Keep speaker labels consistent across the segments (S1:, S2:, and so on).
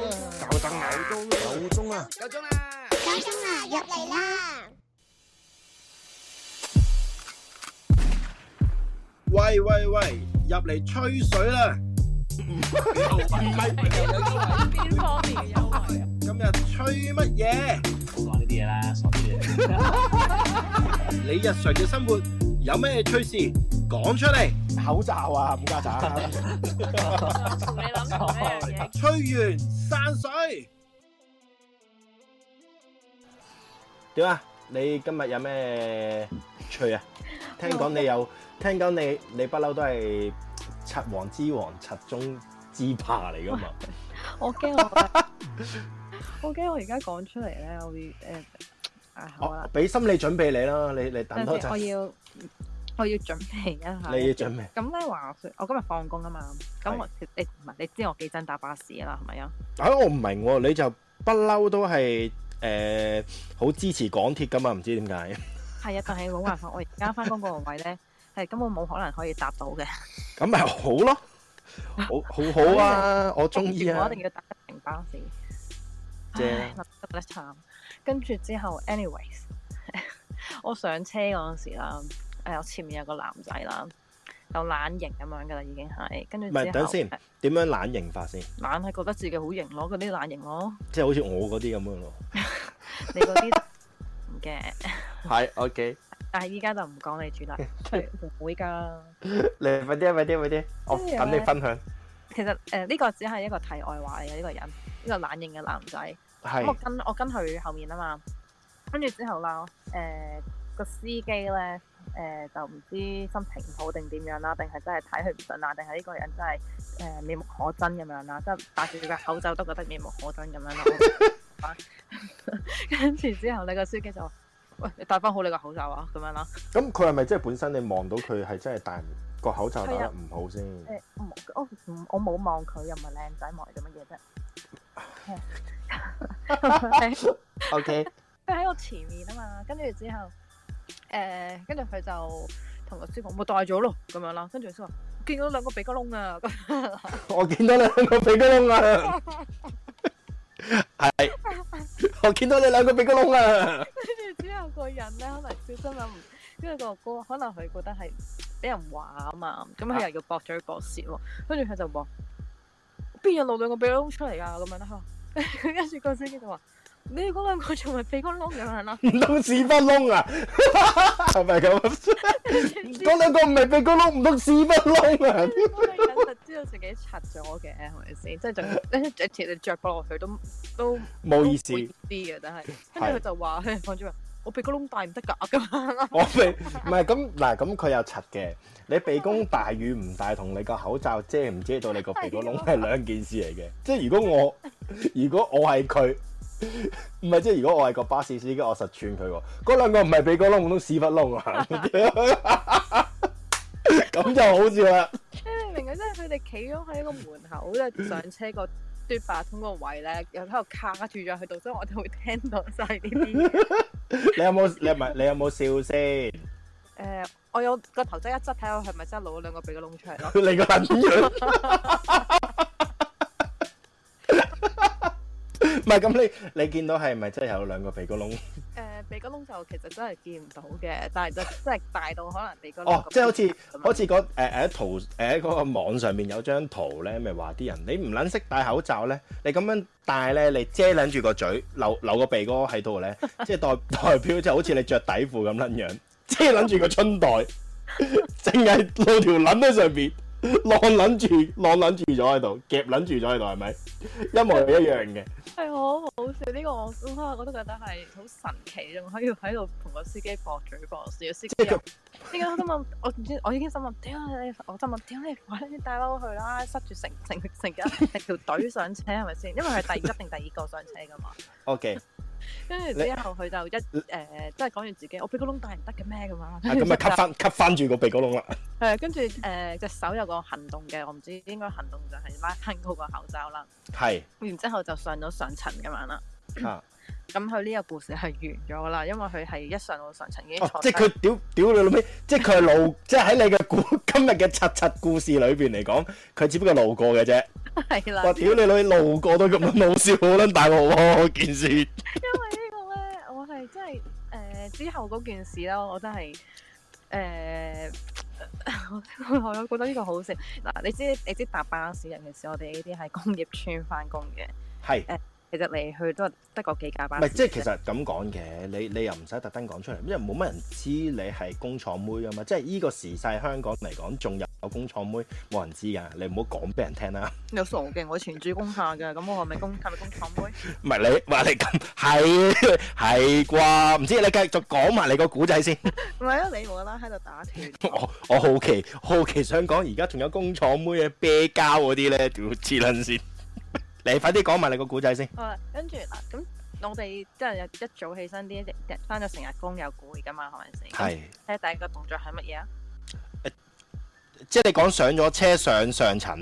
S1: 瞓啊！夠鐘啊！
S2: 夠鐘啦！
S3: 九鐘啦，入嚟啦！
S4: 喂喂喂，入嚟吹水啦！
S1: 唔
S5: 邊方面嘅優惠啊？
S4: 今日吹乜嘢？
S6: 唔好講呢啲嘢啦，傻豬嚟。
S4: 你日常嘅生活有咩趣事？講出嚟，
S1: 口罩啊，冚家鏟！
S5: 同你諗同一樣嘢。
S4: 吹完散水。點啊？你今日有咩趣啊？聽講你有，聽講你你不嬲都係賊王之王、賊中之霸嚟噶嘛？
S5: 我驚 我，我驚我而家講出嚟咧，我會誒啊好
S4: 我
S5: 啦，
S4: 俾心理準備你啦，你你等多
S5: 等陣先我
S4: 陣，
S5: 要我要準備一下。
S4: 你要準備。
S5: 咁咧話説，我今日放工啊嘛，咁
S4: 係
S5: 我其實你唔係你知我幾憎搭巴士啦，係咪啊？
S4: 啊！我唔明喎，你就不嬲都係誒好支持港鐵噶嘛？唔知點解
S5: 係啊，但係冇辦法，我而家翻工嗰個位咧係根本冇可能可以搭到嘅。
S4: 咁咪好咯，好好好啊！我中意
S5: 我
S4: 啊
S5: 一，定要搭一程巴士。
S4: 正
S5: 唉諗得覺得慘。跟住之後，anyways，我上車嗰陣時啦，誒，我前面有個男仔啦，有懶型咁樣噶啦，已經係。跟住
S4: 唔
S5: 之
S4: 係
S5: 後，
S4: 等先
S5: 誒
S4: 點樣懶型法先？
S5: 懶係覺得自己好型咯，嗰啲懶型咯，
S4: 即係好似我嗰啲咁樣咯。
S5: 你嗰啲唔嘅。
S7: 係，OK，
S5: 但係依家就唔講你住 啦，佢唔會㗎。
S7: 你快啲啊，快啲啊，快啲啊，我
S5: 跟住
S7: 等你
S5: 咧
S7: 分享。
S5: 其實誒呢個只係一個題外話嚟嘅呢個人，呢個懶型嘅男仔。咁我
S7: 係
S5: 跟我跟佢後面啊嘛，跟住之後啦，誒、個司機咧誒、就唔知心情唔好定點樣啦，定係真係睇佢唔順啊，定係呢個人真係誒、面目可憎咁樣啦，即係戴住佢嘅口罩都覺得面目可憎咁樣啦。 跟住之後呢個司機就話：喂，你戴翻好你個口罩啊！咁樣啦。
S4: 咁佢係咪即係本身你望到佢係真係戴唔個口罩戴
S5: 係
S4: 得
S5: 啊
S4: 唔好先？
S5: 誒，我冇我唔我冇望佢，又唔係靚仔，望嚟做乜嘢 啫？
S7: ，OK，
S5: 佢喺我前面啊嘛，跟住之後，誒、跟住佢就同律師講，我戴咗咯，咁樣啦，跟住律師話見到兩個鼻哥窿啊， 咁
S4: 我見到你兩個鼻哥窿啊！係，我見到你兩個鼻哥窿啊！
S5: 跟住之後個人咧可能小心啊，唔跟住個哥可能佢覺得係俾人話啊嘛，咁佢又要駁嘴駁舌喎，跟住佢就話邊有露兩個鼻哥窿出嚟啊，咁樣啦， 佢話跟住個司機就話你嗰兩個仲係鼻哥窿咁樣 啦，
S4: 唔通屎忽窿啊？係咪咁？ 嗰兩個唔係鼻哥窿，唔通屎忽窿啊？
S5: 嗰個人就知道自己拆咗嘅，係咪先？即係仲着條你着過落去都都。
S4: 冇意思，
S5: 啲嘅， 但係跟住佢就話佢房主話我鼻哥窿大唔得㗎咁樣啦。
S4: 我鼻唔係咁嗱，咁佢有柒嘅。你鼻公大與唔大，同你個口罩遮唔遮到你個鼻哥窿係兩件事嚟嘅。即係如果我， 如果我係佢，唔係即係如果我係個巴士司機，我實串佢喎。嗰兩個唔係鼻哥窿，唔通屎忽窿啊？ 咁就好笑啦。
S5: 你明唔明啊？即係佢哋企咗喺個門口咧，即係上車個嘟八通個位咧，又喺度卡住咗喺度，所以我就會聽到晒呢 啲嘢。
S4: 你有冇？你唔係你有冇笑先？
S5: 誒，我有個頭仔一側睇下佢係咪真係露咗兩個鼻哥窿出嚟 咯。
S4: 你個撚樣！ 唔係咁，你你見到係咪真係有兩個鼻哥窿？
S5: 誒，鼻哥窿就其實真係見唔到嘅，但係就真係大到可能鼻哥窿
S4: 哦
S5: 咁，
S4: 即係好似
S5: 樣
S4: 好似嗰誒誒圖誒嗰個網上面有張圖咧，咪話啲人你唔撚識戴口罩咧，你咁樣戴咧，你遮撚住個嘴，留留個鼻哥喺度咧，即係代代表就好似你着底褲咁撚樣，遮撚住個春袋， 淨係露條撚喺上邊，晾撚住晾撚住咗喺度，夾撚住咗喺度係咪？一模一樣嘅。
S5: 係好好笑呢個我，哇！我都覺得係好神奇，仲可以喺度同個司機駁嘴駁舌，司機又點解我心諗，我唔知，我已經心諗，屌你，我心諗，屌你快啲帶嬲佢啦，塞住成成成成條隊上車係咪先？因為佢係第一定第二個上車噶嘛。
S4: O K，
S5: 跟住之後佢就一誒，即係講完自己，我鼻哥窿大唔得嘅咩咁啊？
S4: 咁咪吸翻吸翻住個鼻哥窿啦。
S5: 係跟住誒隻手有個行動嘅，我唔知應該行動就係拉翻高個口罩啦，
S4: 係
S5: 然之後就上咗上層咁樣啦。
S4: 啊。
S5: 咁佢呢個故事係完咗啦，因為佢係一上到上層已經
S4: 哦
S5: 坐，
S4: 即
S5: 低
S4: 係佢屌屌你老味，即係佢係 路，即係喺你嘅故今日嘅柒柒故事裏邊嚟講，佢只不過路過嘅啫。
S5: 係啦，
S4: 哇！屌你女路過都咁撚好笑，好撚大鑊喎！件事
S5: 因為呢個咧，我係真係誒、呃之後嗰件事啦，我真係誒、呃 我我覺得呢個好笑。嗱，你知你知搭巴士，尤其是我哋呢啲係工業村翻工嘅，
S4: 係
S5: 其實嚟去都係得個幾架巴
S4: 唔
S5: 士啫。
S4: 係即係其實咁講嘅，你你又唔使特登講出嚟，因為冇乜人知你係工廠妹啊嘛。即係依個時勢香港嚟講，仲有工廠妹冇人知㗎，你唔好講俾人聽啦。
S5: 有傻嘅，我全住工下㗎，咁我係咪工係咪工廠妹？
S4: 唔係你話你咁係係啩？唔知你繼續講埋你個古仔先。
S5: 唔係啊，你無啦啦喺度打斷。
S4: 我我好奇好奇想講，而家仲有工廠妹嘅啤膠嗰啲咧，屌黐撚線！你快啲講埋你個古仔先。
S5: 好啦，啊跟住嗱，咁我哋即係一早起身啲，日日翻咗成日工又攰㗎嘛，係咪先？。
S4: 係，
S5: 睇下第一個動作係乜嘢啊？
S4: 即係你講上咗車上上層，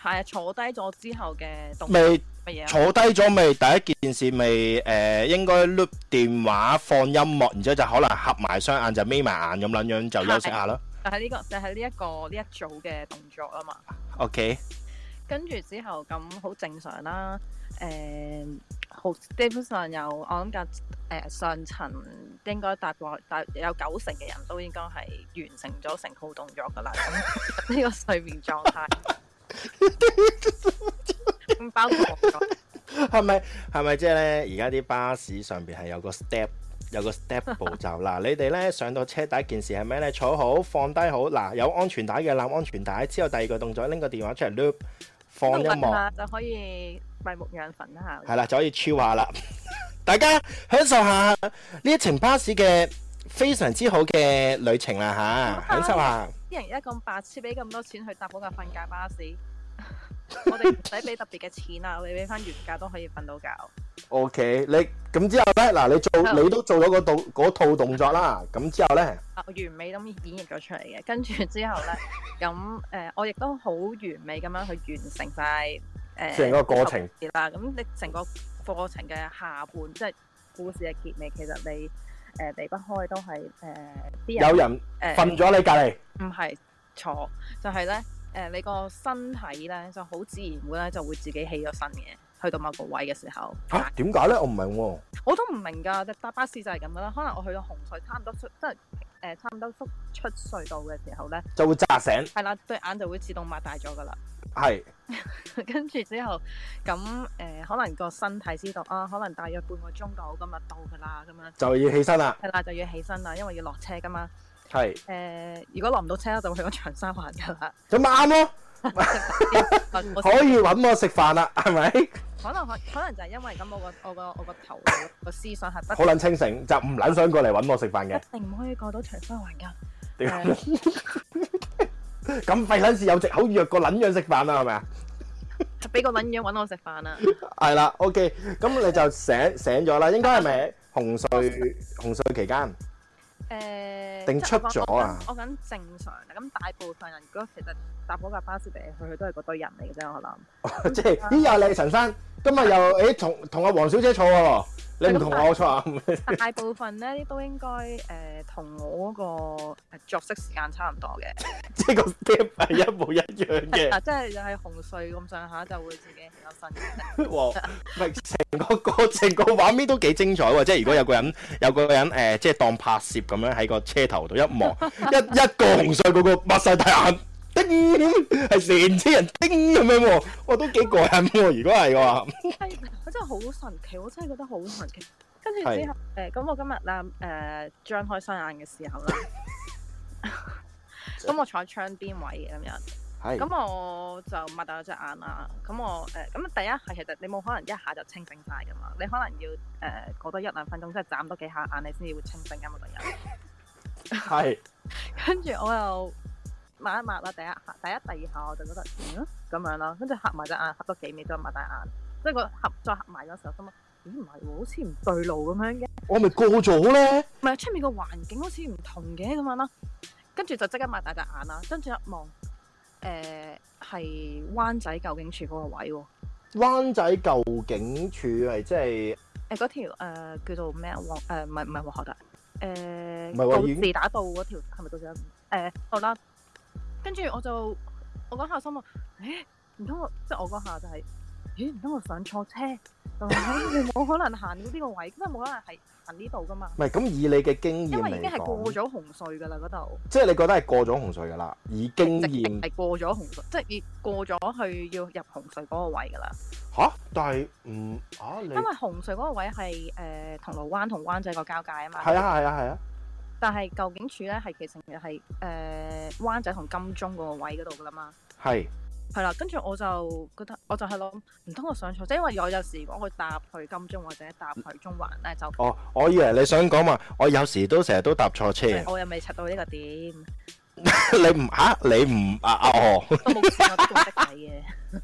S5: 係啊，坐低咗之後嘅動作
S4: 咪
S5: 係乜嘢啊？
S4: 坐低咗，咪第一件事咪誒、呃、應該碌電話放音樂，然之後就可能合埋雙眼就眯埋眼咁撚樣就休息下啦。
S5: 就係呢、個，就係呢一個呢一組嘅動作啊嘛。
S4: OK，
S5: 跟住之後咁好正常啦。誒、好基本上有我諗架誒上層應該大過大有九成嘅人都應該係完成咗成套動作㗎啦。咁呢個睡眠狀態，咁包括我咗
S4: 係咪係咪即係咧？而家啲巴士上邊係有個 step。有個 step 步驟嗱，你哋咧上到車第一件事係咩咧？坐好，放低好嗱，有安全帶嘅攬安全帶。之後第二個動作拎個電話出嚟 loop 放音樂。
S5: 下就可以閉目養神一下。
S4: 系啦，就可以超下啦。 大家享受下呢一程巴士嘅非常之好嘅旅程啦吓，享受下。
S5: 啲人而家咁白痴，俾咁多錢去搭嗰架瞓覺巴士，我哋唔使俾特別嘅錢啊，我哋俾翻原價都可以瞓到覺。
S4: OK，你咁之後咧，嗱你做你都做咗嗰度嗰套動作啦，咁之後咧，
S5: 啊，我完美咁演繹咗出嚟嘅，跟住 之後咧，咁誒、呃我亦都好完美咁樣去完成晒呃誒
S4: 成個過程
S5: 啦。咁你成個過程嘅下半，即係故事嘅結尾，其實你誒、呃離不開都係誒啲人
S4: 有人
S5: 誒
S4: 瞓咗你隔離，
S5: 唔係錯，就係咧誒，你個身體咧就好自然會咧就會自己起咗身嘅，去到某個位嘅時候。
S4: 嚇點解咧？我唔明喎。
S5: 我都唔明㗎，搭巴士就係咁噶啦。可能我去到紅隧，差唔多出即係誒、呃差唔多出出隧道嘅時候咧，
S4: 就會扎醒，
S5: 係啦，對眼就會自動擘大咗㗎啦。
S4: 係
S5: 跟住之後，咁誒、呃可能個身體知道啊，可能大約半個鐘到咁啊到㗎啦，咁樣
S4: 就要起身啦，
S5: 係啦，就要起身啦，因為要落車㗎嘛。
S4: 係
S5: 誒、如果落唔到車，就會去咗長沙灣㗎啦。
S4: 咁咪啱 咯，
S5: 我
S4: 可以揾我食飯 啦，係咪？
S5: 可能可可能就係因為咁，我個我個我個頭腦個思想係
S4: 好
S5: 不
S4: 撚清醒，就唔撚想過嚟揾我食飯嘅。
S5: 一定唔可以過到長沙灣㗎。
S4: 屌
S5: 係
S4: 咁費撚事有藉口約個撚樣食飯啦，係咪啊？
S5: 俾個撚樣揾我食飯啊！
S4: 係啦，OK，咁你就 醒醒咗啦，應該係咪紅隧紅隧期間？
S5: 誒
S4: 定
S5: 呃即係
S4: 出
S5: 我講
S4: 咗啊
S5: 我講我講正常嘅，咁大部分人如果其實搭嗰架巴士嚟嚟去去都係嗰堆人嚟嘅 啫，我諗。
S4: 即係咦又係你陳生，今日又誒同同阿黃小姐坐喎，你唔同我坐啊？
S5: 大部分咧都應該誒同、我嗰個誒作息時間差唔多嘅，
S4: 即係個 step 係一模一樣嘅，
S5: 啊，即係就係紅隧咁上下就會自己起咗身 嘅。
S4: 哇！唔係成個過程個畫面都幾精彩喎，即係如果有個人 有個人誒，即係當拍攝咁樣喺個車頭度一望，一 一個紅隧嗰個擘晒大眼。叮，係成車人叮咁樣喎，我都幾過癮喎。如果係嘅話，
S5: 係，佢真係好神奇，我真係覺得好神奇。跟住
S4: 係
S5: 之後誒，咁、我今日啦誒張開雙眼嘅 時候啦， 咁我坐喺窗邊位嘅咁樣。
S4: 係
S5: 咁我就擘大咗隻眼啦。咁我誒咁、第一下其實你冇可能一下就清醒晒噶嘛，你可能要誒、呃、過多一兩分鐘，即係眨多幾下眼，你先至會清醒噶嘛個人。
S4: 係。
S5: 跟住我又抹一抹啦，第一下、第一、第二下我就覺得嗯咁樣啦，跟住合埋隻眼，合多幾秒再擘大眼，即係個合再合埋嗰時候心諗，咦唔係喎，好似唔對路咁樣嘅，
S4: 我咪過咗咧，
S5: 唔係出面個環境好似唔同嘅咁樣啦。跟住就即刻擘大隻眼啦，跟住一望，誒係灣仔舊警署嗰個位喎。
S4: 灣仔舊警署係即係
S5: 誒嗰條、呃、叫做咩啊黃誒唔係唔係黃河大誒
S4: 唔係喎已
S5: 告
S4: 經
S5: 士打道嗰條係咪告士打道誒好啦，跟住我就我嗰下心話誒唔通我即係我嗰下就係、咦唔通我上錯車？就係你冇可能行到呢個位，咁啊冇可能係行呢度噶嘛，
S7: 唔係咁以你嘅經驗
S5: 因為
S7: 嚟
S5: 已經係過
S7: 講，
S5: 咗紅隧㗎啦嗰度。
S7: 即係你覺得係過咗紅隧㗎啦，以經
S5: 直
S7: 驗
S5: 係過咗紅隧，即係已過咗去要入紅隧嗰個位㗎啦。
S4: 吓？但係
S7: 嗯
S4: 唔啊你
S5: 因為紅隧嗰個位係誒、呃、銅鑼灣同灣仔個交界啊嘛。
S4: 係啊係啊係啊，
S5: 但係舊警署咧係其實係誒、呃、灣仔同金鐘嗰個位嗰度㗎啦嘛。
S7: 係
S5: 係啦，跟住我就覺得，我就係諗，唔通我上錯，即係因為我有時如果我搭去金鐘或者搭去中環咧，就
S4: 哦，我以為你想講話，我有時都成日都搭錯車，
S5: 我又未刷到呢個點，
S4: 你唔吓你唔啊啊哦
S5: 都冇算我都仲識睇嘅。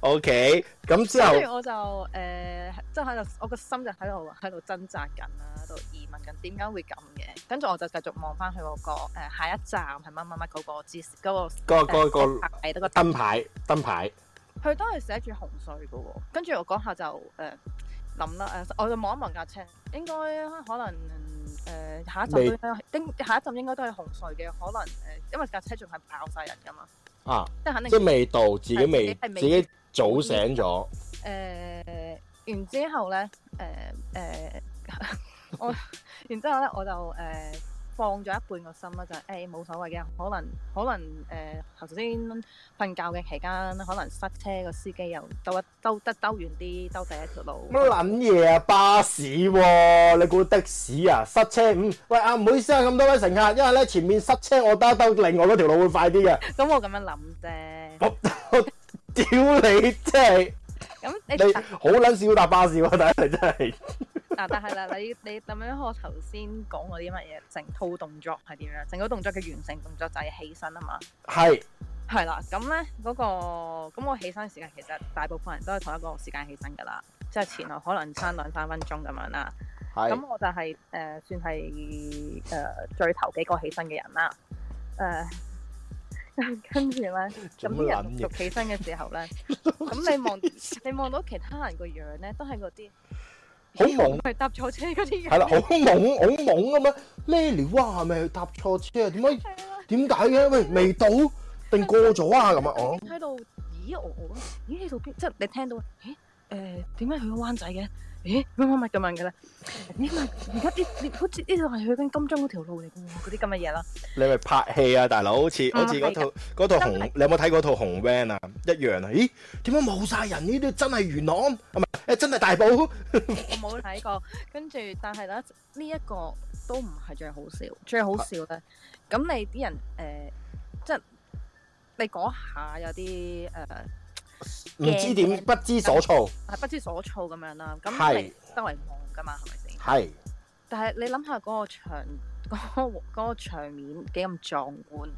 S4: ，OK，咁之後
S5: 跟住我就誒、呃即係喺度，我個心就喺度喺度掙扎緊啦，喺度疑問緊點解會咁嘅。跟住我就繼續望翻佢嗰個、呃、下一站係乜乜乜嗰個指示嗰、個
S7: 個個個
S5: 誒牌嗰個
S4: 燈牌燈牌
S5: 佢都係寫住紅隧嘅喎，跟住我嗰下就誒諗啦，誒、呃我就望一望架車，應該可能誒、呃下一站都
S7: 未
S5: 應該應下一站應該都係紅隧嘅，可能誒、因為架車仲係爆晒人噶嘛，
S4: 啊，
S5: 即係肯定
S4: 即係未到，自己未
S5: 係
S4: 自
S5: 未
S4: 己早醒咗，
S5: 誒、呃然之後咧，誒、誒、 我然之後咧，我就誒、放咗一半個心啦，就係誒冇所謂嘅，可能可能誒頭先瞓覺嘅期間，可能塞車個司機又兜一兜得兜遠啲，兜第一條路。
S4: 乜撚嘢啊巴士喎，你估的士啊塞車？嗯，喂啊唔好意思啊咁多位乘客，因為咧前面塞車，我兜一兜另外嗰條路會快啲嘅，
S5: 咁我咁樣諗啫。
S4: 屌你真係
S5: 咁
S4: 你
S5: 你嗱
S4: 好撚少搭巴士喎，但係真係。
S5: 嗱，但係啦，你你諗樣我頭先講嗰啲乜嘢，成套動作係點樣？成個動作嘅完成動作就係起身啊嘛。
S4: 係
S5: 係啦，咁咧嗰個咁我起身時間其實大部分人都係同一個時間起身㗎啦，即係前後可能差兩三分鐘咁樣啦。
S7: 係
S5: 咁我就係、呃算係誒、呃最頭幾個起身嘅人啦。誒、跟住咧，咁
S4: 做
S5: 啲
S4: 乜撚嘢
S5: 人陸續起身嘅時候 咧，咁你望你望到其他人個樣咧，都係嗰啲
S4: 好 懵，
S5: 佢搭錯車嗰 啲樣。
S4: 係啦，好懵好懵咁樣。咩料啊？係咪搭錯車啊？點解
S5: 係啦。
S4: 點解嘅？喂，未到定過咗啊？咁啊，哦，
S5: 喺度，咦我我咦呢度邊？即係你聽到，咦誒點解去咗灣仔嘅？咦乜乜乜咁樣嘅咧？你咪而家呢呢好似呢度係去緊金鐘嗰條路嚟嘅喎，嗰啲咁嘅嘢啦。
S4: 你咪拍戲啊，大佬，好似
S5: 嗯
S4: 好似嗰套嗰套紅
S5: 真係，
S4: 你有冇睇嗰套紅 van 啊？一樣啊？咦，點解冇晒人？呢啲真係元朗，啊唔係誒，真係大埔。
S5: 我冇睇過，跟住但係咧呢一個都唔係最好笑，最好笑
S4: 啊
S5: 咧，咁你啲人誒、呃即係你嗰下有啲誒。呃
S4: 唔知點，不知所措。
S5: 係不知所措咁樣啦，咁
S4: 係
S5: 你周圍望噶嘛，係咪先？
S4: 係
S5: 但係你諗下嗰個場， 嗰、個嗰個場面幾咁壯觀，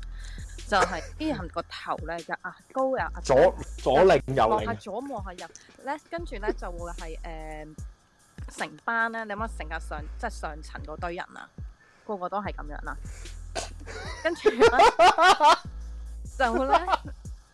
S5: 就係、啲人個頭咧就壓高又壓低
S4: 左左擰右
S5: 望下
S4: 擰，
S5: 左望下右咧，跟住咧就會係誒、成班咧，你諗下成架上即係上層嗰堆人啊，個個都係咁樣啦。跟住咧就咧，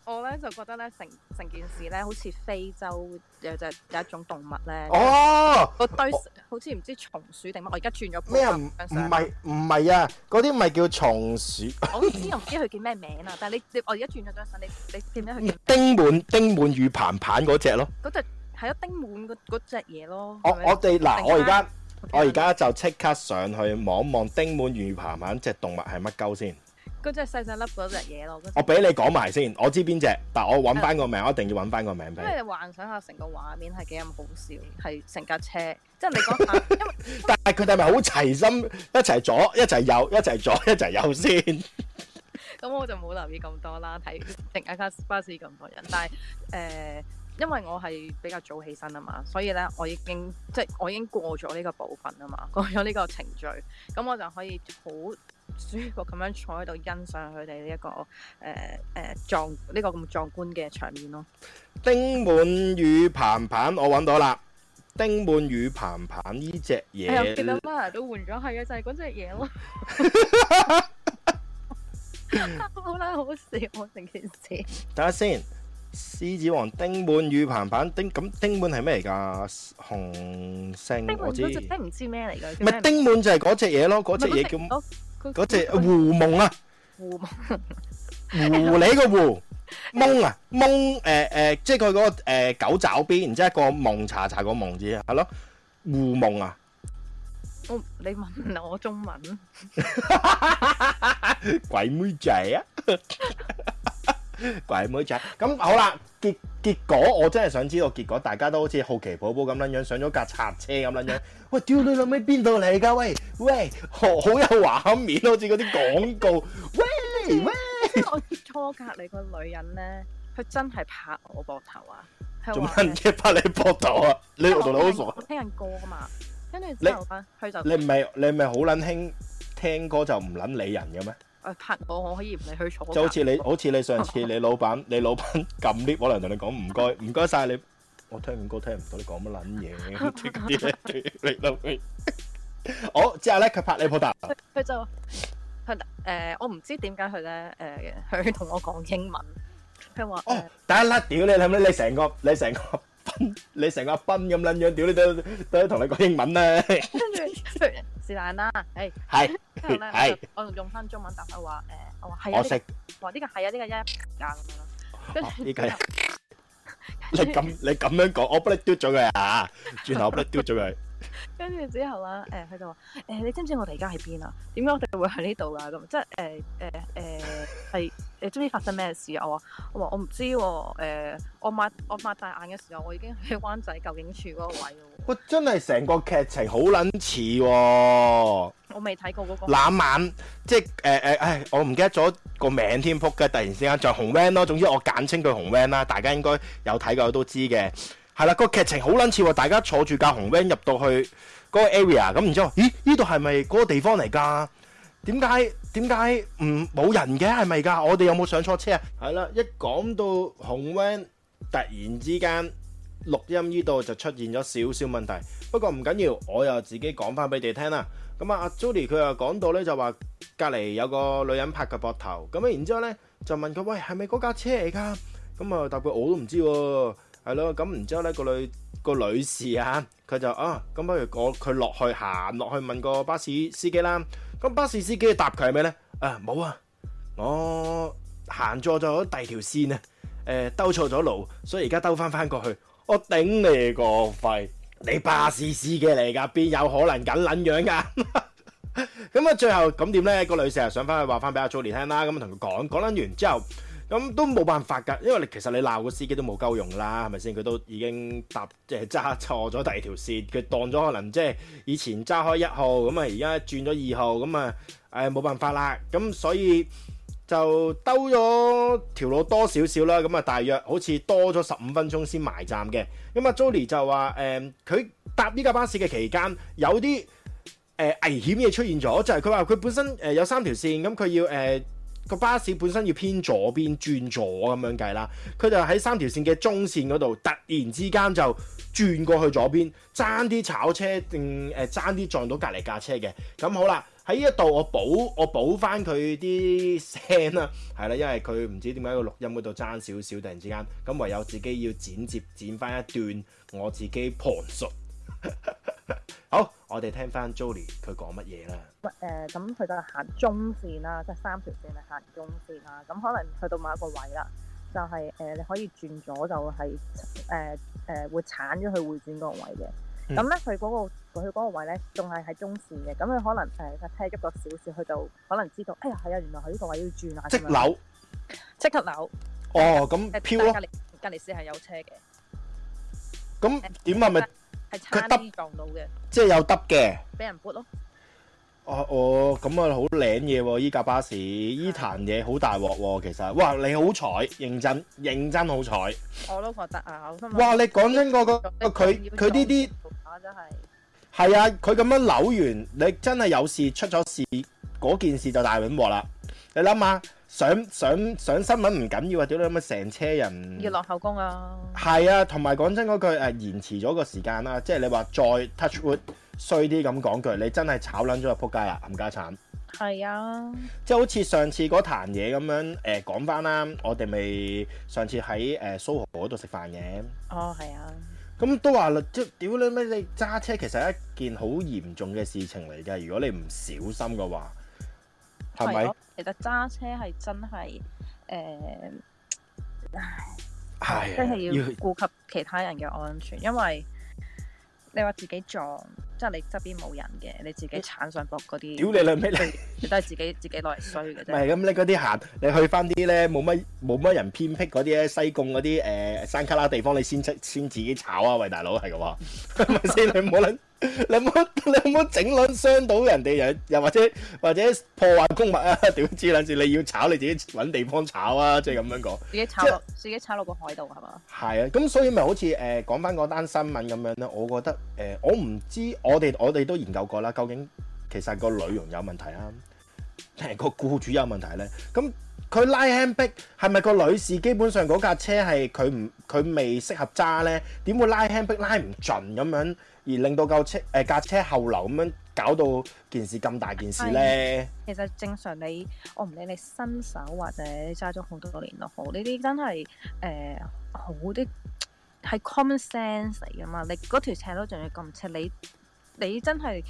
S5: 我咧就覺得咧，成成件事咧，好似非洲有隻有一種動物咧，
S4: 哦。
S5: 個堆好似唔知松鼠定乜，我而家轉咗
S4: 咩啊？
S5: 半
S4: 唔
S5: 張
S4: 唔
S5: 相
S4: 係唔係啊？嗰啲咪叫松鼠
S5: 我唔知我唔知佢叫咩名啊，但係你你我而家轉咗張相，你你見唔見到佢
S4: 丁滿丁滿與彭彭嗰只咯。
S5: 嗰隻係咯丁滿嗰嗰隻嘢咯？
S4: 我
S5: 係啊咪
S4: 哦我哋嗱，
S5: 突
S4: 我而
S5: 然間
S4: 家我而家就即刻上去望一望丁滿魚爬蜢只動物係乜鳩先。
S5: 嗰只細細粒嗰只嘢咯，嗰隻
S4: 我俾你講埋先，我知邊只，但我揾翻個名，我一定要揾翻個名俾
S5: 因
S4: 你。
S5: 為你幻想下成個畫面係幾咁好笑，係成架車，即係你講下， 因為
S4: 但係佢哋係咪好齊心一齊左一齊右一齊左一 齊右先？
S5: 咁我就冇留意咁多啦，睇 成架巴士咁多人，但係誒、呃因為我係比較早起身啊嘛，所以咧我已經即係我已經過咗呢個部分啊嘛， 過咗呢個程序，咁我就可以好舒服咁樣坐喺度欣賞佢哋呢一個誒誒壯呢個咁壯觀嘅場面咯。
S4: 丁滿與彭彭，我揾到啦。丁滿與彭彭呢只
S5: 你又哎見到
S4: 嘢
S5: Mara 都換咗，係啊，就係嗰只嘢咯。好啦，好笑啊！成件事，
S4: 睇下先，獅子王丁滿與彭彭丁咁丁滿係咩嚟㗎？紅
S5: 丁
S4: 星
S5: 滿
S4: 嗯我
S5: 嗰
S4: 知，
S5: 只
S4: 唔
S5: 丁唔知咩嚟㗎，叫咩
S4: 係
S5: 名
S4: 丁滿就係嗰只嘢咯，
S5: 唔
S4: 嗰隻
S5: 係
S4: 嘢叫
S5: 嗰隻哦佢
S4: 嗰只
S5: 佢
S4: 狐夢啊，
S5: 狐
S4: 狐狸個狐，蒙啊蒙誒誒，即係佢嗰個誒狗爪邊，然之後一個蒙查查個蒙字係咯，互蒙啊，
S5: 我哦你問我中文，
S4: 鬼妹仔啊， 鬼妹仔。咁好啦，結結果我真係想知道結果，大家都好似好奇寶寶咁撚樣上咗架賊車咁撚樣。喂，屌你老味邊度嚟㗎？喂喂，好好有畫面，好似嗰啲廣告。喂喂。
S5: 因為我初隔離個女人咧，佢真係拍我膊頭啊！佢
S4: 做
S5: 話
S4: 乜嘢拍你膊頭啊？你
S5: 因為
S4: 度你好傻
S5: 我，聽緊歌啊嘛，跟住之後咧，佢就
S4: 你唔係你唔係好撚興聽歌就唔撚理人嘅咩？
S5: 誒拍我，我可以唔理佢坐。
S4: 就好似你好似你上次你老闆你老 闆撳 lift 可能同你講唔該唔該晒你，我聽緊歌聽唔到你講乜撚嘢即係嗰啲咧，屌你老味！ 好之後咧，佢拍你膊頭，
S5: 佢佢就佢誒、我唔知點解佢咧誒，佢同我講英文，佢話呃誒
S4: 哦，第一粒屌你諗你你成個你成個賓你成個賓咁撚樣，屌你都都同你講英文咧，
S5: 跟住佢是但啦，誒，
S4: 係
S5: 之後咧我
S4: 係
S5: 就我就用翻中文答佢話誒，我話係啊，
S4: 我
S5: 呢
S4: 食
S5: 個我話呢個係啊，呢個一啊咁樣咯，跟住
S4: 呢個係你 咁你咁樣講，我幫你嘟咗佢啊，轉頭我幫你嘟咗佢。
S5: 跟住之後啦，誒、佢就話：誒、你知唔知我哋而家喺邊啊？點解我哋會喺呢度啊？咁即係誒誒誒係 你知唔知發生咩事啊？我話我話我唔知喎、誒我擘我擘大眼嘅時候，我已經喺灣仔舊警署嗰個位咯
S4: 喂，真係成個劇情好撚似喎！
S5: 喎，我未睇過嗰、個。
S4: 那晚即係誒誒，唉，我唔記得咗個名添，撲嘅突然之間就紅 van 咯。總之我簡稱佢紅 van 啦，大家應該有睇過都知嘅。係啦，個劇情好撚似喎，大家坐住架紅 van 入到去嗰個 area，咁然之後，咦？呢度係咪嗰個地方嚟㗎？點解點解唔冇人嘅係咪㗎？我哋有冇上錯車啊？係啦，一講到紅 van，突然之間錄音呢度就出現咗少少問題。不過唔緊要，我又自己講翻俾你哋聽啦。咁啊，阿 Julie 佢又講到咧，就話隔離有個女人拍佢膊頭，咁啊，然之後咧就問佢喂係咪嗰架車嚟㗎？咁啊，答佢我都唔知喎，係咯。咁然之後咧個女個女士啊，佢就啊咁不如我佢落去行落去問個巴士司機啦。咁巴士司機答佢係咩咧？啊冇啊，我行錯咗第二條線啊，誒、兜錯咗路，所以而家兜翻翻過去。我頂你個肺！你巴士司機嚟㗎，邊有可能緊撚樣㗎？咁啊，最後咁點呢？個女士係想翻去話翻俾阿 Jolie 聽啦，咁啊同佢講，講撚完之後，咁啊都冇辦法㗎，因為你其實你鬧個司機都冇鳩用啦，係咪先？佢都已經搭即係揸錯咗第二條線，佢當咗可能即係以前揸開一號，咁啊而家轉咗二號，咁啊誒冇辦法啦，咁所以。就兜咗條路多少少啦，咁啊大約好似多咗十五分鐘先埋站嘅。咁啊 Jolie 就話誒，佢、搭呢架巴士嘅期間有啲誒、呃危險嘢出現咗，就係佢話佢本身誒、呃有三條線，咁佢要誒。呃個巴士本身要偏左邊轉左咁樣計啦，佢就喺三條線嘅中線嗰度，突然之間就轉過去左邊，爭啲炒車定誒爭啲撞到隔離架車嘅。咁好啦，喺呢一度我補我補翻佢啲聲啦，係啦，因為佢唔知點解個錄音嗰度爭少少，突然之間，咁唯有自己要剪接剪翻一段我自己旁述。好，我哋聽翻 Jolie 佢講乜嘢啦。
S5: 誒呃咁佢就行中線啦，即係三條線係行中線啦。咁可能去到某一個位啦，就係、誒、你可以轉左就係誒誒會鏟咗去會轉嗰個位嘅。
S4: 嗯
S5: 咁咧佢嗰個佢嗰個位咧仲係喺中線嘅，咁佢可能誒架車喐咗少少，佢就可能知道，哎呀係啊，原來佢呢個位要轉啊，
S4: 即
S5: 咁樣
S4: 樓
S5: 即刻扭
S4: 哦，咁
S5: 誒
S4: 飄
S5: 隔
S4: 咯，
S5: 離隔離線係有車嘅，
S4: 咁點啊係咪
S5: 係
S4: 佢
S5: 差
S4: 得
S5: 啲撞到嘅，
S4: 即係有得嘅？
S5: 俾人撥咯。
S4: 哦哦，咁啊好靚嘢喎！依架巴士，依壇
S5: 啊
S4: 嘢好大鑊喎，其實，哇你好彩，認真認真好彩，
S5: 我都覺得啊，我心諗
S4: 哇你講真嗰個
S5: 撞
S4: 佢佢呢啲
S5: 啊真係。
S4: 係啊，佢咁樣扭完，你真係有事出咗事，嗰件事就大撚鑊啦！你諗下，上上上新聞唔緊要啊，屌你咁啊，成車人
S5: 要落口供啊！
S4: 係啊，同埋講真嗰句誒、延遲咗個時間啦，即係你話再 touch wood 衰啲咁講句，你真係炒撚咗入撲街啦，冚家產！
S5: 係啊，
S4: 即係好似上次嗰壇嘢咁樣誒講翻啦，我哋咪上次喺誒蘇豪嗰度食飯嘅，
S5: 哦係啊，
S4: 咁都話啦，即係屌你咩？你揸車其實係一件好嚴重嘅事情嚟㗎，如果你唔小心嘅話，係咪
S5: 咯？其實揸車係真係誒、
S4: 係
S5: 真係要
S4: 要
S5: 顧及其他人嘅安全，因為你話自己撞，即係你側邊冇人嘅，你自己鏟上膊嗰啲，
S4: 屌你兩尾你
S5: 你都係自己自己攞嚟衰嘅
S4: 唔
S5: 啫。
S4: 係咁，你嗰啲行，你去翻啲咧冇乜冇乜人偏僻嗰啲咧，西貢嗰啲誒山卡拉地方，你先出先自己炒啊！喂，大佬係咁喎，係咪 先？你唔好撚，你唔好你唔好整撚傷到人哋，又又或者或者破壞公物啊！屌知撚住，你要炒你自己揾地方炒啊！即係咁樣講。
S5: 自己炒落，自己炒落個海度係嘛？
S4: 係啊，咁所以咪好似誒、呃、講翻嗰單新聞咁樣咧，我覺得誒、呃我唔知，我哋我哋都研究過啦，究竟其實個女傭有問題啊，定係個僱主有問題咧？咁佢拉 handbrake 係咪個女士基本上嗰架車係佢唔佢未適合揸咧？點會拉 handbrake 拉唔盡咁樣，而令到嚿車誒架、車後流咁樣，搞到件事咁大件事咧？
S5: 其實正常你，我唔理你新手或者揸咗好多年都好，呢啲真係誒、呃好啲係 common sense 嚟噶嘛。你嗰條斜路仲要咁斜，你你真係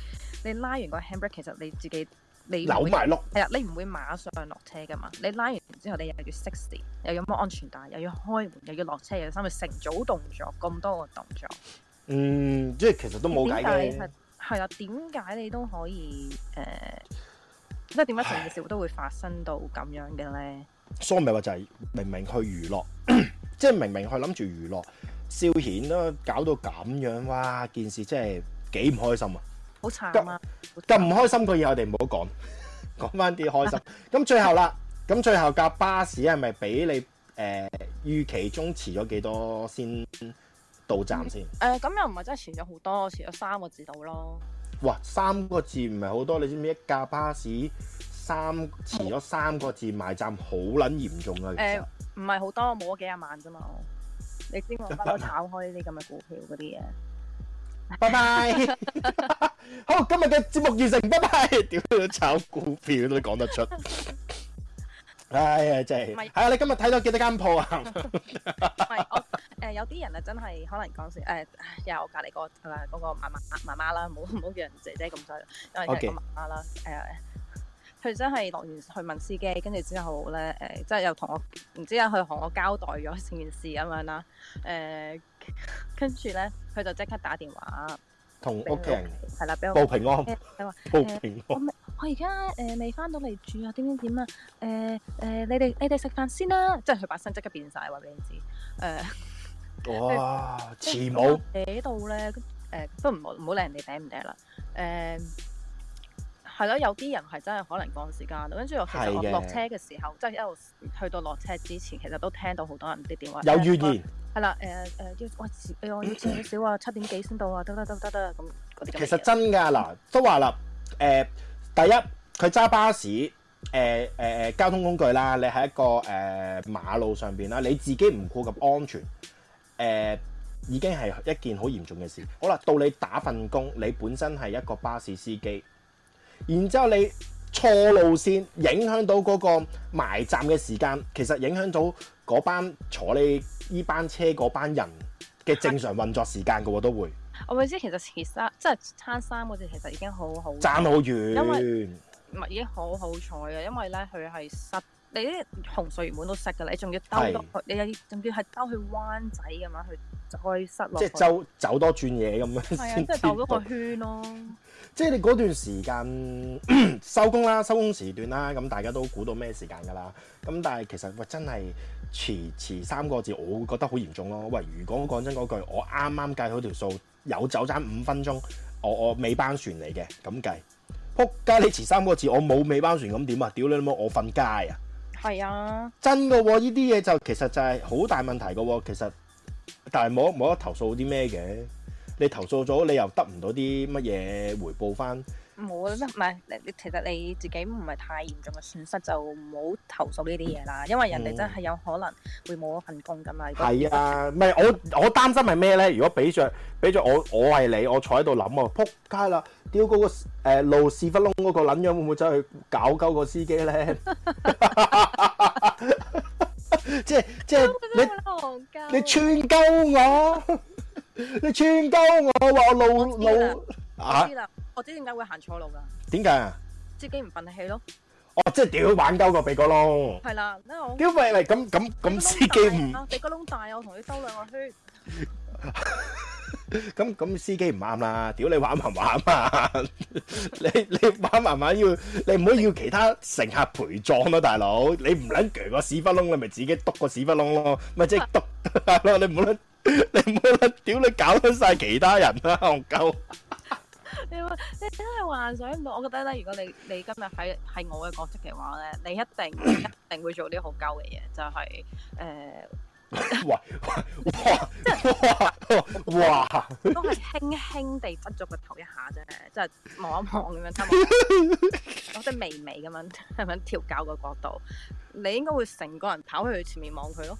S5: 你拉完個 handbrake，其實你自己你
S4: 扭
S5: 唔會
S4: 埋碌，
S5: 係啊，你唔會馬上落車噶嘛？你拉完之後，你又要熄匙，又要摸安全帶，又要開門，又要落車，又要三個成組動作，咁多個動作，
S4: 嗯，即係其實都冇計
S5: 點解係
S4: 嘅。
S5: 係啦？點解你都可以誒、呃即係點解成件事都會發生到咁樣嘅咧？
S4: 所以咪話就係明明去娛樂， 即係明明去諗住娛樂消遣啦，搞到咁樣，哇！件事真係幾唔開心啊！
S5: 好慘啊！
S4: 咁唔開心嘅嘢我哋唔好講， 講翻啲開心。咁最後啦，咁最後架巴士係咪俾你誒、呃、預期中遲咗幾多先到站先？
S5: 誒呃咁、又唔係真係遲咗好多，遲咗三個字到咯。
S4: 哇！三個字唔係好多，你知唔知一架巴士三遲咗三個字埋站好撚嚴重啊！其實
S5: 誒呃唔係好多，冇咗幾廿萬啫嘛。我你知我不嬲炒開呢啲咁嘅股票嗰啲嘢。
S4: 拜拜。 好，今日嘅節目完成，拜拜。 屌，炒股票都講得出。唉呀，真係，
S5: 唔係
S4: 係啊！你今日睇咗幾多間鋪啊？
S5: 唔係我誒、有啲人啊，真係可能講笑誒、呃又有我隔離個誒呃嗰、個媽媽媽媽啦，唔好唔好叫人姐姐咁衰，因為佢
S4: OK
S5: 係個媽媽啦誒。佢真係落完去問司機，跟住之後咧，誒、即係又同我唔知啊，佢同我交代咗成件事咁樣啦。誒、跟住咧，佢就即刻打電話
S4: 同
S5: 俾我
S4: 屋企 人
S5: 係啦，俾我
S4: 報平安
S5: 誒你話，
S4: 報平安。
S5: 我而家誒未翻到嚟住啊，點點點啊，誒、誒、你哋你哋食飯先啦，即係佢把聲即刻變晒，話俾你知誒。呃
S4: 哇，慈母
S5: 嗲到咧，誒、都唔好唔好理人哋嗲唔嗲啦。誒、係咯，有啲人係真係可能趕時間，啊跟住我其實我
S4: 係嘅
S5: 落車嘅時候，即係一路去到落車之前，其實都聽到好多人啲電話
S4: 有怨言。
S5: 係啦，誒、誒要喂遲哎呀我要遲少少啊，七點幾先到啊，得得得得得咁嗰啲咁嘅嘢。
S4: 其實真㗎嗱，都話啦，誒、第一佢揸巴士，誒、誒、誒交通工具啦，你喺一個誒、馬路上邊啦，你自己唔顧及安全，誒、已經係一件好嚴重嘅事。好啦，到你打份工，你本身係一個巴士司機，然之後你錯路線，影響到嗰個埋站嘅時間，其實影響到嗰班坐你依班車嗰班人嘅正常運作時間嘅喎，都會
S5: 我咪知其實其實即係餐三個字其實已經好好
S4: 爭好遠
S5: 為。唔係已經好好彩嘅，因為咧佢係塞你啲紅隧原本都塞㗎啦，你仲要兜
S4: 係
S5: 到去，你又仲要係兜去灣仔咁樣去再塞落
S4: 即
S5: 去，
S4: 係走走多轉嘢咁樣
S5: 係啊，即
S4: 先
S5: 係
S4: 知
S5: 兜咗
S4: 道
S5: 個圈咯。
S4: 即係你嗰段時間 收工啦，收工時段啦，咁大家都估到咩時間㗎啦。咁但係其實喂真係遲遲三個字，我覺得好嚴重咯。喂，如果我講真嗰句，我啱啱計好條數，有走爭五分鐘，我我尾班船嚟嘅咁計，撲街你遲三個字，我冇尾班船咁點啊？屌你老母，我瞓街啊！
S5: 係啊，
S4: 真嘅喎，呢啲嘢就其實就係好大問題嘅喎。其實，但係冇冇得投訴啲咩嘅？你投訴咗，你又得唔到啲乜嘢回報翻？
S5: 冇啦，唔係你你其實你自己唔係太嚴重嘅損失就唔好投訴呢啲嘢啦，因為人哋真係有可能會冇咗份工㗎嘛。如果
S4: 係啊，唔係我我擔心係咩咧？如果俾着俾着我，我係你，我坐喺度諗啊，撲街啦！屌嗰、個誒路屎忽窿嗰個撚樣會唔會走去搞鳩個司機咧？ 即係即係你。你
S5: 戇鳩
S4: 串鳩我，你串鳩我話我路
S5: 我知啦
S4: 路啊？
S5: 知啦，我知點解會行錯路㗎，
S4: à? 點解啊？
S5: 自己唔忿氣咯。
S4: 哦，即係屌玩鳩個鼻哥窿，
S5: 係啦，因為我
S4: 屌喂喂咁咁咁司機唔
S5: 啊，鼻哥窿大，我同佢兜兩個圈，
S4: 咁咁司機唔啱啦，屌你玩埋玩 嘛，你你玩埋玩要你唔好要其他乘客陪葬咯，大佬，你唔撚鋸個屎忽窿，你咪自己篤個屎忽窿咯，咪即係 篤咯，你唔好撚你唔好撚屌你搞撚晒其他人啦，戇鳩。
S5: 你會你真係幻想唔到。我覺得咧，如果你你今日喺係我嘅角色嘅話咧，你一定 一定會做啲好鳩嘅嘢，就係呃誒
S4: 哇哇哇哇！
S5: 都係輕輕地側咗個頭一下啫，即係望一望咁樣，偷望我即係微微咁樣係咪調教個角度？你應該會成個人跑去佢前面望佢咯。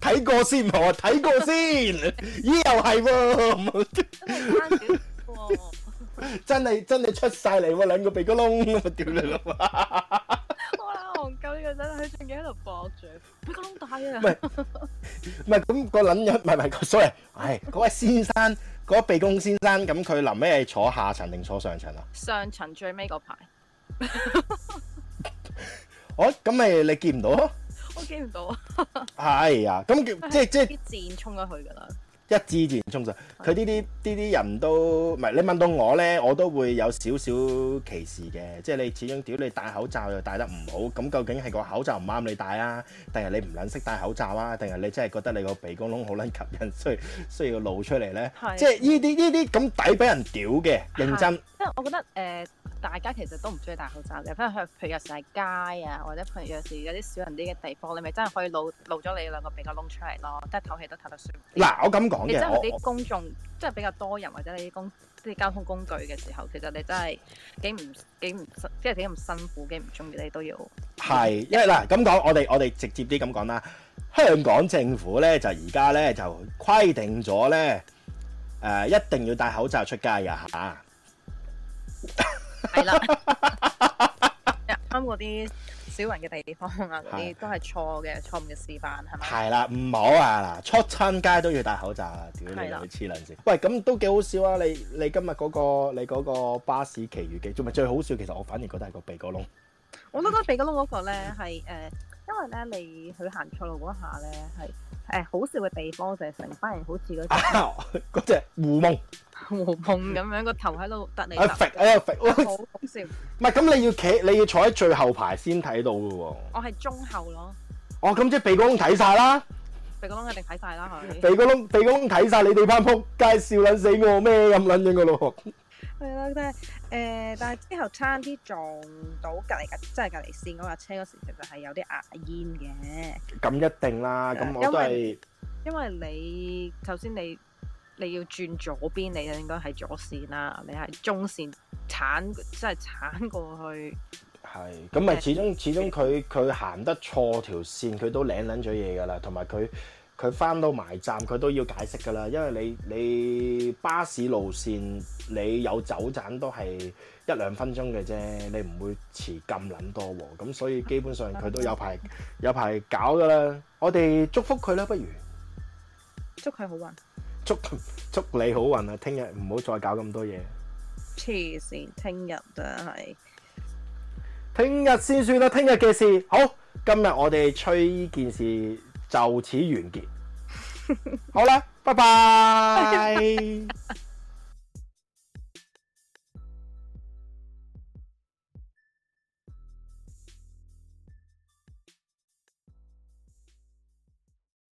S4: 睇過先，我睇過先，咦又係喎，
S5: 真係爭少少喎！
S4: 真係真係出晒嚟喎，兩個鼻哥窿，啊屌你老母！
S5: 哇，戇鳩呢個真係，佢仲要喺度搏住，佢個窿大啊！
S4: 喂唔係咁個撚人，唔係唔係，sorry，唉，嗰位先生，嗰位鼻公先生，咁佢臨尾係坐下層定坐上層啊？
S5: 上層最尾嗰排，
S4: 哦，咁咪你見唔到咯？
S5: 我記唔到啊！
S4: 係啊，咁叫即係即係
S5: 啲箭衝咗去㗎啦，
S4: 一支箭衝上，佢呢啲呢啲人都唔係你問到我咧，我都會有少少歧視嘅，即係你始終屌你戴口罩又戴得唔好，咁究竟係個口罩唔啱你戴啊，定係你唔撚識戴口罩啊，定係你真係覺得你個鼻哥窿好撚吸引， 所以所以要露出嚟咧？
S5: 係
S4: 即係呢啲呢啲咁抵俾人屌嘅，認真。
S5: 因為我覺得誒、呃大家其實都唔中意戴口罩嘅，譬如譬如有時喺街啊，或者譬如有時有啲少人啲嘅地方，你咪真係可以露露咗你兩個鼻個窿出嚟咯，即係唞氣都唞得舒服啲。
S4: 嗱，我咁講
S5: 你真
S4: 嘅，
S5: 係
S4: 我
S5: 啲公眾，即係比較多人或者你啲公啲交通工具嘅時候，其實你真係幾唔幾唔辛即係幾咁辛苦，幾唔中意你都要。
S4: 係，因為嗱咁講，我哋我哋直接啲咁講啦。香港政府咧就而家咧就規定咗咧，誒、一定要戴口罩出街㗎嚇。
S5: 係 啦，啱嗰啲少人嘅地方啊，嗰啲都係錯嘅錯誤嘅示範，係咪？
S4: 係啦，唔好啊嗱，出親街都要戴口罩啊！屌你
S5: 係啦
S4: 老黐撚線。喂，咁都幾好笑啊！你你今日嗰、個你嗰個巴士奇遇記，仲咪最好笑？其實我反而覺得係個鼻哥窿。
S5: 我都覺得鼻哥窿嗰個咧係誒，呃因為咧你佢行錯路嗰下咧係誒好笑嘅地方就係成班人好似嗰啲
S4: 啊嗰只狐夢，
S5: 胡夢咁樣個頭喺度突你
S4: 啊揈啊揈，
S5: 好好笑。
S4: 唔係咁你要企，你要坐喺最後排先睇到嘅喎。
S5: 我係中後咯，
S4: 哦，咁即係鼻哥窿睇晒啦。
S5: 鼻哥窿一定睇晒啦佢。
S4: 鼻哥窿鼻哥窿睇晒你哋班仆街，笑撚死我咩咁撚樣嘅咯
S5: 係啦，但係誒、但係之後差啲撞到隔離架，即係隔離線嗰架車嗰時，其實係有啲牙
S4: 喎。
S5: 煙
S4: 咁一定啦，咁我都係
S5: 嘅，因為你首先你你要轉左邊，你就應該係左線啦，你係中線鏟，即係鏟過去，
S4: 係咁咪始終始終佢佢行得錯條線，佢都領撚咗嘢㗎啦，同埋佢。佢翻到埋站，佢都要解釋㗎啦，因為你你巴士路線你有走盞都係一兩分鐘嘅啫，你唔會遲咁撚多喎，咁所以基本上佢都有排有排搞㗎啦。我哋祝福佢啦，不如。
S5: 祝佢好運。
S4: 祝 祝你好運啊！聽日唔好再搞咁多嘢，
S5: 黐線，聽日真係
S4: 聽日先算啦，聽日嘅事。好，今日我哋吹呢件事 就此完結。好啦，拜拜。